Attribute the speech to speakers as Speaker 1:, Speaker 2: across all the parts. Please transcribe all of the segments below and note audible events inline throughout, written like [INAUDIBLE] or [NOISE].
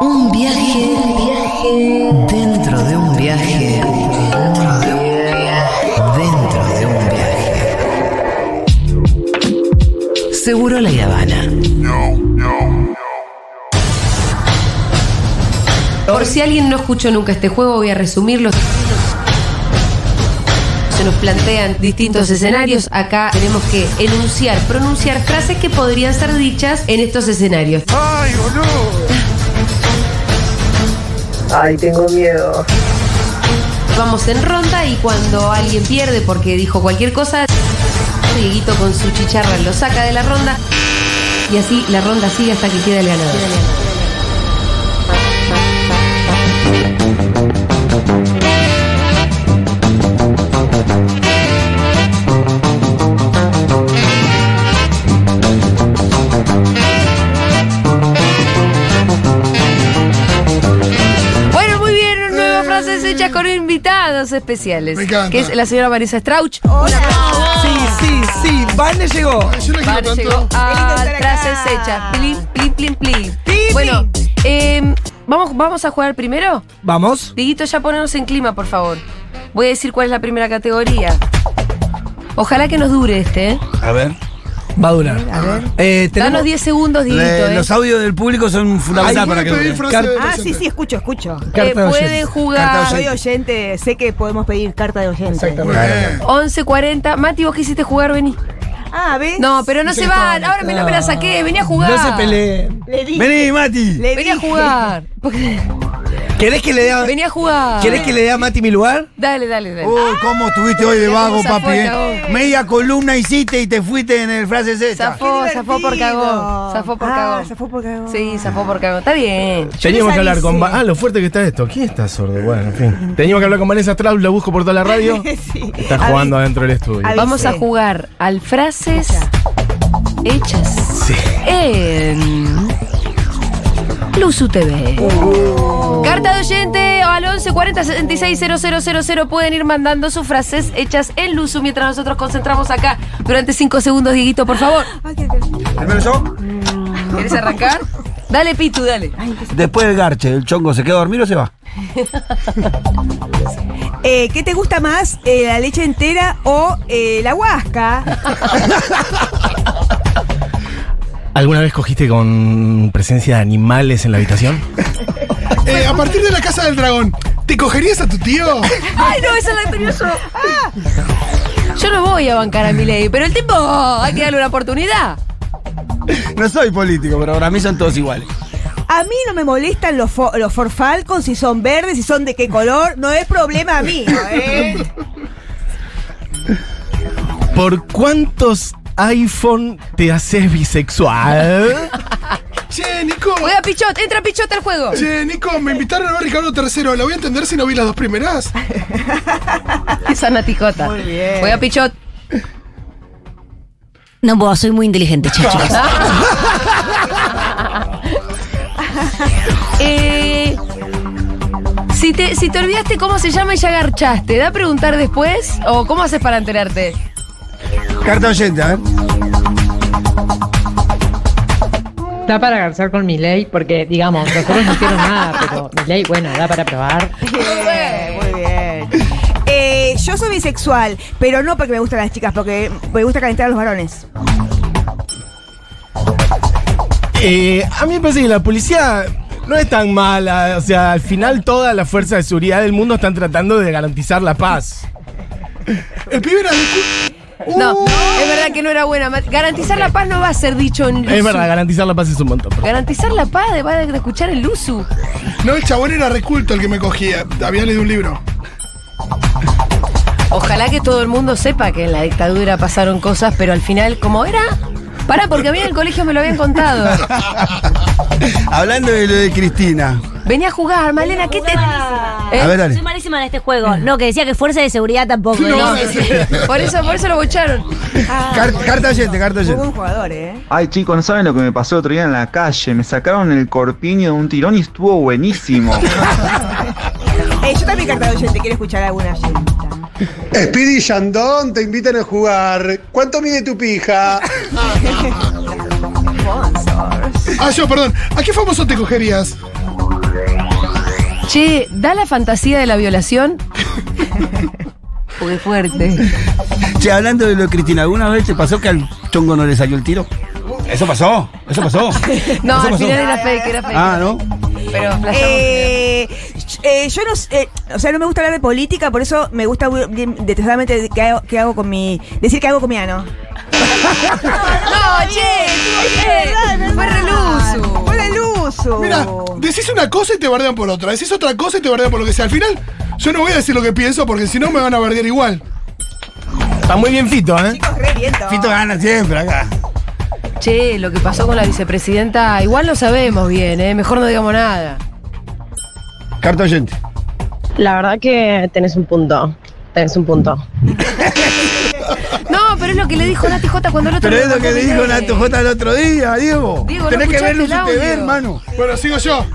Speaker 1: Un viaje, dentro de un viaje, dentro de un viaje, dentro de un viaje. Seguro la Habana.
Speaker 2: Por si alguien no escuchó nunca este juego, voy a resumirlo. Se nos plantean distintos escenarios. Acá tenemos que enunciar, pronunciar frases que podrían ser dichas en estos escenarios.
Speaker 3: ¡Ay, boludo!
Speaker 4: Ay, tengo miedo.
Speaker 2: Vamos en ronda y cuando alguien pierde porque dijo cualquier cosa, Dieguito con su chicharra lo saca de la ronda y así la ronda sigue hasta que queda el ganador. Bueno, muy bien, nuevas frases hechas con invitados especiales.
Speaker 3: Me encanta.
Speaker 2: Que es la señora Marisa Strauch.
Speaker 5: Oh, Sí, sí, sí. Vane llegó.
Speaker 3: Yo no quiero
Speaker 2: Bar llegó
Speaker 3: tanto.
Speaker 2: a
Speaker 5: estar acá.
Speaker 2: frases hechas. Plin, plin, plin, plin.
Speaker 5: Plin,
Speaker 2: Bueno, eh, ¿vamos, ¿vamos a jugar primero?
Speaker 5: Vamos.
Speaker 2: Diguito, ya ponernos en clima, por favor. Voy a decir cuál es la primera categoría. Ojalá que nos dure este, ¿eh?
Speaker 5: A ver. Va a durar. A ver. Eh,
Speaker 2: Danos
Speaker 5: tenemos-
Speaker 2: 10 segundos, Diguito,
Speaker 6: Le-
Speaker 2: ¿eh?
Speaker 6: los audios del público son
Speaker 3: Ay,
Speaker 6: fundamentales
Speaker 3: voy
Speaker 6: para
Speaker 3: a
Speaker 6: que
Speaker 3: pedir
Speaker 6: dure.
Speaker 3: frase de
Speaker 7: Ah, sí,
Speaker 3: oyente.
Speaker 7: sí, escucho, escucho.
Speaker 2: Eh,
Speaker 5: Carta de
Speaker 2: pueden
Speaker 5: oyentes.
Speaker 2: jugar
Speaker 7: Soy oyente, sé que podemos pedir carta de oyente.
Speaker 3: Muy bien.
Speaker 2: 11.40. Mati, vos quisiste jugar, vení.
Speaker 7: Ah, ¿ves?
Speaker 2: No, pero no se van. Ahora me, no me la saqué. Vení a jugar.
Speaker 5: No se peleen.
Speaker 7: Le dije.
Speaker 6: Vení, Mati.
Speaker 7: le
Speaker 2: Vení a
Speaker 7: dije.
Speaker 2: jugar. Porque-
Speaker 5: ¿Querés que le dé a,
Speaker 2: Vení a jugar.
Speaker 5: ¿querés que le dé a Mati mi lugar?
Speaker 2: Dale, dale, dale.
Speaker 6: Uy, cómo estuviste hoy de
Speaker 2: Mira
Speaker 6: vago,
Speaker 2: cómo zafó
Speaker 6: papi.
Speaker 2: el
Speaker 6: eh.
Speaker 2: cagón.
Speaker 6: Media columna hiciste y te fuiste en el frase esa.
Speaker 2: Zafó,
Speaker 7: Qué
Speaker 2: zafó por
Speaker 7: divertido.
Speaker 2: cagón. Zafó por
Speaker 7: Ah,
Speaker 2: cagón.
Speaker 7: zafó por cagón.
Speaker 2: Sí, zafó por cagón. Está bien.
Speaker 8: Teníamos que
Speaker 7: les
Speaker 8: hablar con.
Speaker 7: avisé.
Speaker 8: Va- Ah, lo fuerte que está esto. ¿Quién está sordo? Bueno, en fin. Teníamos que hablar con Vanessa Strauss, lo busco por toda la radio.
Speaker 7: [LAUGHS] Sí.
Speaker 8: Está
Speaker 7: Avi-
Speaker 8: jugando adentro del estudio.
Speaker 7: avi-
Speaker 2: Vamos a
Speaker 7: Avisé.
Speaker 2: jugar al frases hechas
Speaker 8: Sí.
Speaker 2: en Luzu TV. Carta de oyente al 11 40 76 000 pueden ir mandando sus frases hechas en Luzu mientras nosotros concentramos acá durante 5 segundos, Dieguito, por favor.
Speaker 7: Ay, qué- qué-
Speaker 6: Primero yo.
Speaker 2: ¿Quieres arrancar? Dale, Pitu, dale.
Speaker 6: Después del garche, ¿el chongo se queda a dormir o se va?
Speaker 7: Eh, ¿Qué te gusta más, eh, la leche entera o eh,
Speaker 2: [LAUGHS]
Speaker 7: la huasca?
Speaker 8: ¿Alguna vez cogiste con presencia de animales en la habitación?
Speaker 3: Eh, a partir de la casa del dragón, ¿te cogerías a tu tío?
Speaker 2: Ay, no, esa la tenía yo. Ah. Yo no voy a bancar a mi ley, pero el tipo hay que darle una oportunidad.
Speaker 6: [LAUGHS] No soy político, pero para mí son todos iguales.
Speaker 7: A mí no me molestan los, fo- los forfalcons, si son verdes, si son de qué color, no es problema mío,
Speaker 2: [LAUGHS]
Speaker 7: ¿eh?
Speaker 8: ¿Por cuántos iPhone te haces bisexual?
Speaker 3: Che, Nico.
Speaker 2: Juega Pichot, entra Pichot al juego.
Speaker 3: Che, Nico, me invitaron a ver Ricardo III. La voy a entender si no vi las dos primeras.
Speaker 2: Esa naticota.
Speaker 7: Muy bien.
Speaker 2: Juega Pichot.
Speaker 1: No, vos, soy muy inteligente, chacho.
Speaker 2: Eh, si, te, si te olvidaste cómo se llama y ya garchaste, ¿da a preguntar después? ¿O cómo haces para enterarte?
Speaker 6: Carta oyente, ¿eh? a ver.
Speaker 9: Da para agarrar con mi ley, porque digamos, nosotros no hicieron nada, pero mi ley, bueno, da para probar.
Speaker 7: Bien, Muy bien. Eh, yo soy bisexual, pero no porque me gustan las chicas, porque me gusta calentar a los varones.
Speaker 8: Eh, a mí me parece que la policía no es tan mala. O sea, al final todas las fuerzas de seguridad del mundo están tratando de garantizar la paz.
Speaker 3: El pibe era de cu-
Speaker 2: No,
Speaker 3: Uh,
Speaker 2: es verdad que no era buena. Mat- Garantizar la paz no va a ser dicho en
Speaker 8: Es
Speaker 2: Luzu.
Speaker 8: verdad, garantizar la paz es un montón.
Speaker 2: Garantizar la paz de, va de escuchar el Luzu.
Speaker 3: No, el chabón era reculto el que me cogía. Había leído un libro.
Speaker 2: Ojalá que todo el mundo sepa que en la dictadura pasaron cosas, pero al final, ¿cómo era? Pará, porque a mí en el colegio me lo habían contado.
Speaker 6: Hablando de lo de Cristina.
Speaker 2: Venía a jugar, Malena, ¿qué te.? ¿Eh?
Speaker 6: A ver, dale.
Speaker 10: Soy malísima en este juego. No, que decía que fuerza de seguridad tampoco. ¿eh?
Speaker 2: No, por eso, por eso lo bocharon.
Speaker 6: Car- carta oyente, carta
Speaker 7: Muy
Speaker 6: oyente.
Speaker 7: buen jugador, ¿eh?
Speaker 11: Ay, chicos, no saben lo que me pasó otro día en la calle. Me sacaron el corpiño de un tirón y estuvo buenísimo.
Speaker 7: Eh, yo también carta de oyente, quiero escuchar alguna oyente.
Speaker 3: [LAUGHS] Speedy y Shandon te invitan a jugar. ¿Cuánto mide tu pija? Ah, yo, perdón. ¿A qué famoso te cogerías?
Speaker 2: Che, da la fantasía de la violación. Porque fuerte.
Speaker 6: Che, hablando de lo de Cristina, ¿alguna vez te pasó que al chongo no le salió el tiro? Eso pasó, eso [LAUGHS] pasó.
Speaker 2: No,
Speaker 6: Eso
Speaker 2: al
Speaker 6: pasó.
Speaker 2: final era fake, era fake.
Speaker 6: Ah, ¿no?
Speaker 2: Pero flashamos.
Speaker 7: Eh, eh, yo no sé, eh, o sea, no me gusta hablar de política, por eso me gusta bu- bien- detestablemente que hago, que hago con mi. decir que hago con
Speaker 2: [LAUGHS]
Speaker 7: mi ano.
Speaker 2: No, che, fue reluso.
Speaker 7: ¡Por el uso!
Speaker 12: Mira,
Speaker 2: Oh.
Speaker 12: decís una cosa y te bardean por otra. Decís otra cosa y te bardean por lo que sea. Al final, yo no voy a decir lo que pienso porque si no me van a bardear igual.
Speaker 8: Está muy bien Fito, ¿eh?
Speaker 6: Fito gana siempre acá.
Speaker 2: Che, lo que pasó con la vicepresidenta, igual lo sabemos bien, ¿eh? Mejor no digamos nada.
Speaker 6: Carta oyente.
Speaker 9: La verdad que tenés un punto. Tenés un punto.
Speaker 2: No, pero es lo que le dijo Nati J cuando el otro
Speaker 6: Pero
Speaker 2: día
Speaker 6: es lo
Speaker 2: mandó
Speaker 6: que
Speaker 2: video.
Speaker 6: dijo Nato J el otro día, Diego.
Speaker 2: Diego, no
Speaker 12: Tenés que
Speaker 2: escuchaste
Speaker 12: verlo
Speaker 2: el
Speaker 12: en su TV,
Speaker 2: audio.
Speaker 12: hermano. Bueno, sigo yo.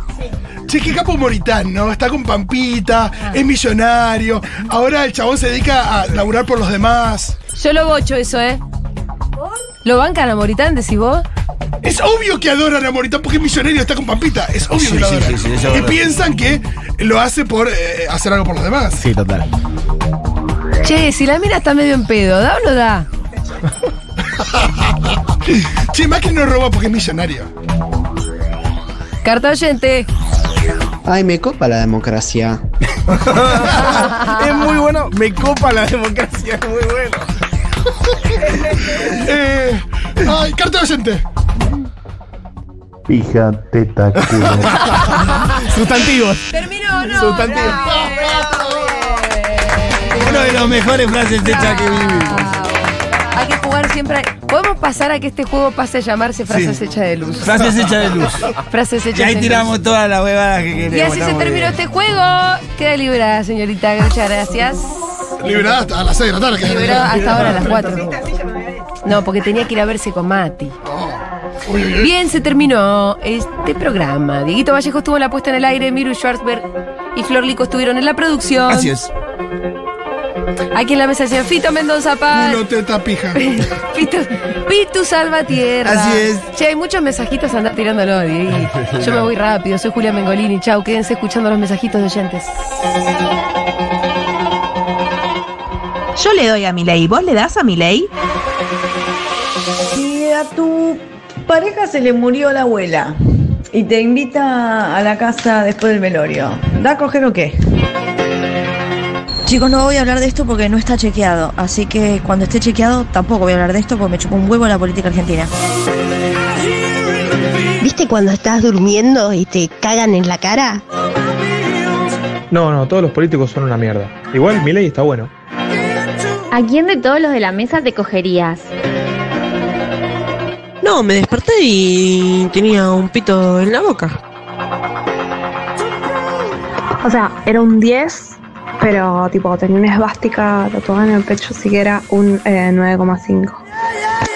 Speaker 12: Che, qué capo Moritán, ¿no? Está con Pampita,
Speaker 8: Ah.
Speaker 12: es millonario. Ahora el chabón se dedica a laburar por los demás.
Speaker 2: Yo lo bocho eso, ¿eh? ¿Lo bancan a Moritán, decís vos?
Speaker 12: Es obvio que adoran a Moritán porque es millonario, está con Pampita. Es obvio
Speaker 6: Sí,
Speaker 12: que lo
Speaker 6: sí,
Speaker 12: adoran.
Speaker 6: sí, sí, eso es
Speaker 12: y
Speaker 6: verdad.
Speaker 12: piensan que lo hace por eh, hacer algo por los demás.
Speaker 6: Sí, total.
Speaker 2: Che, si la mina está medio en pedo, ¿da o no da?
Speaker 12: Che, Macri no roba porque es millonario.
Speaker 2: Carta oyente.
Speaker 13: Ay, me copa la democracia.
Speaker 6: Ah.
Speaker 8: es muy bueno. Me copa la democracia, es muy bueno.
Speaker 12: [LAUGHS] Eh, ay, carta docente.
Speaker 14: Pija, teta, culo.
Speaker 8: Sustantivos.
Speaker 2: Terminó, no.
Speaker 8: Sustantivo.
Speaker 6: Uno de los mejores frases hechas que vivimos.
Speaker 2: Hay que jugar siempre. Podemos pasar a que este juego pase a llamarse Frases
Speaker 6: Sí.
Speaker 2: Hechas de Luz.
Speaker 6: Frases hechas de luz.
Speaker 2: Frases Hechas
Speaker 6: Y ahí
Speaker 2: de Luz.
Speaker 6: tiramos todas las huevadas que queremos.
Speaker 2: Y así se
Speaker 6: estamos
Speaker 2: terminó
Speaker 6: bien.
Speaker 2: este juego. Queda liberada, señorita. Muchas gracias.
Speaker 12: Liberada hasta a las 6 de la tarde.
Speaker 2: Liberada hasta ahora a las 4. No, porque tenía que ir a verse con Mati. Bien, se terminó este programa. Dieguito Vallejo estuvo en la puesta en el aire, Miru Schwarzberg y Flor Lico estuvieron en la producción.
Speaker 6: Así es.
Speaker 2: Aquí en la mesa decían Fito Mendoza Paz.
Speaker 12: Culo, teta,
Speaker 2: [LAUGHS]
Speaker 12: pija.
Speaker 2: Pitu, Pitu Salvatierra.
Speaker 6: Así es.
Speaker 2: Che, hay muchos mensajitos, andá tirándolo, Dieguito.
Speaker 6: [LAUGHS]
Speaker 2: Yo me voy rápido, soy Julia Mengolini. Chau, quédense escuchando los mensajitos de oyentes.
Speaker 15: Yo le doy a mi ley. ¿Vos le das a mi ley?
Speaker 16: Si a tu pareja se le murió la abuela y te invita a la casa después del velorio, ¿da a coger o qué?
Speaker 17: Chicos, no voy a hablar de esto porque no está chequeado. Así que cuando esté chequeado, tampoco voy a hablar de esto porque me chupó un huevo la política argentina.
Speaker 18: ¿Viste cuando estás durmiendo y te cagan en la cara?
Speaker 19: No, no, todos los políticos son una mierda. Igual Milei está bueno.
Speaker 20: ¿A quién de todos los de la mesa te cogerías?
Speaker 21: No, me desperté y tenía un pito en la boca.
Speaker 22: O sea, era un 10, pero tipo tenía una esvástica tatuada en el pecho, así que era un eh, 9,5.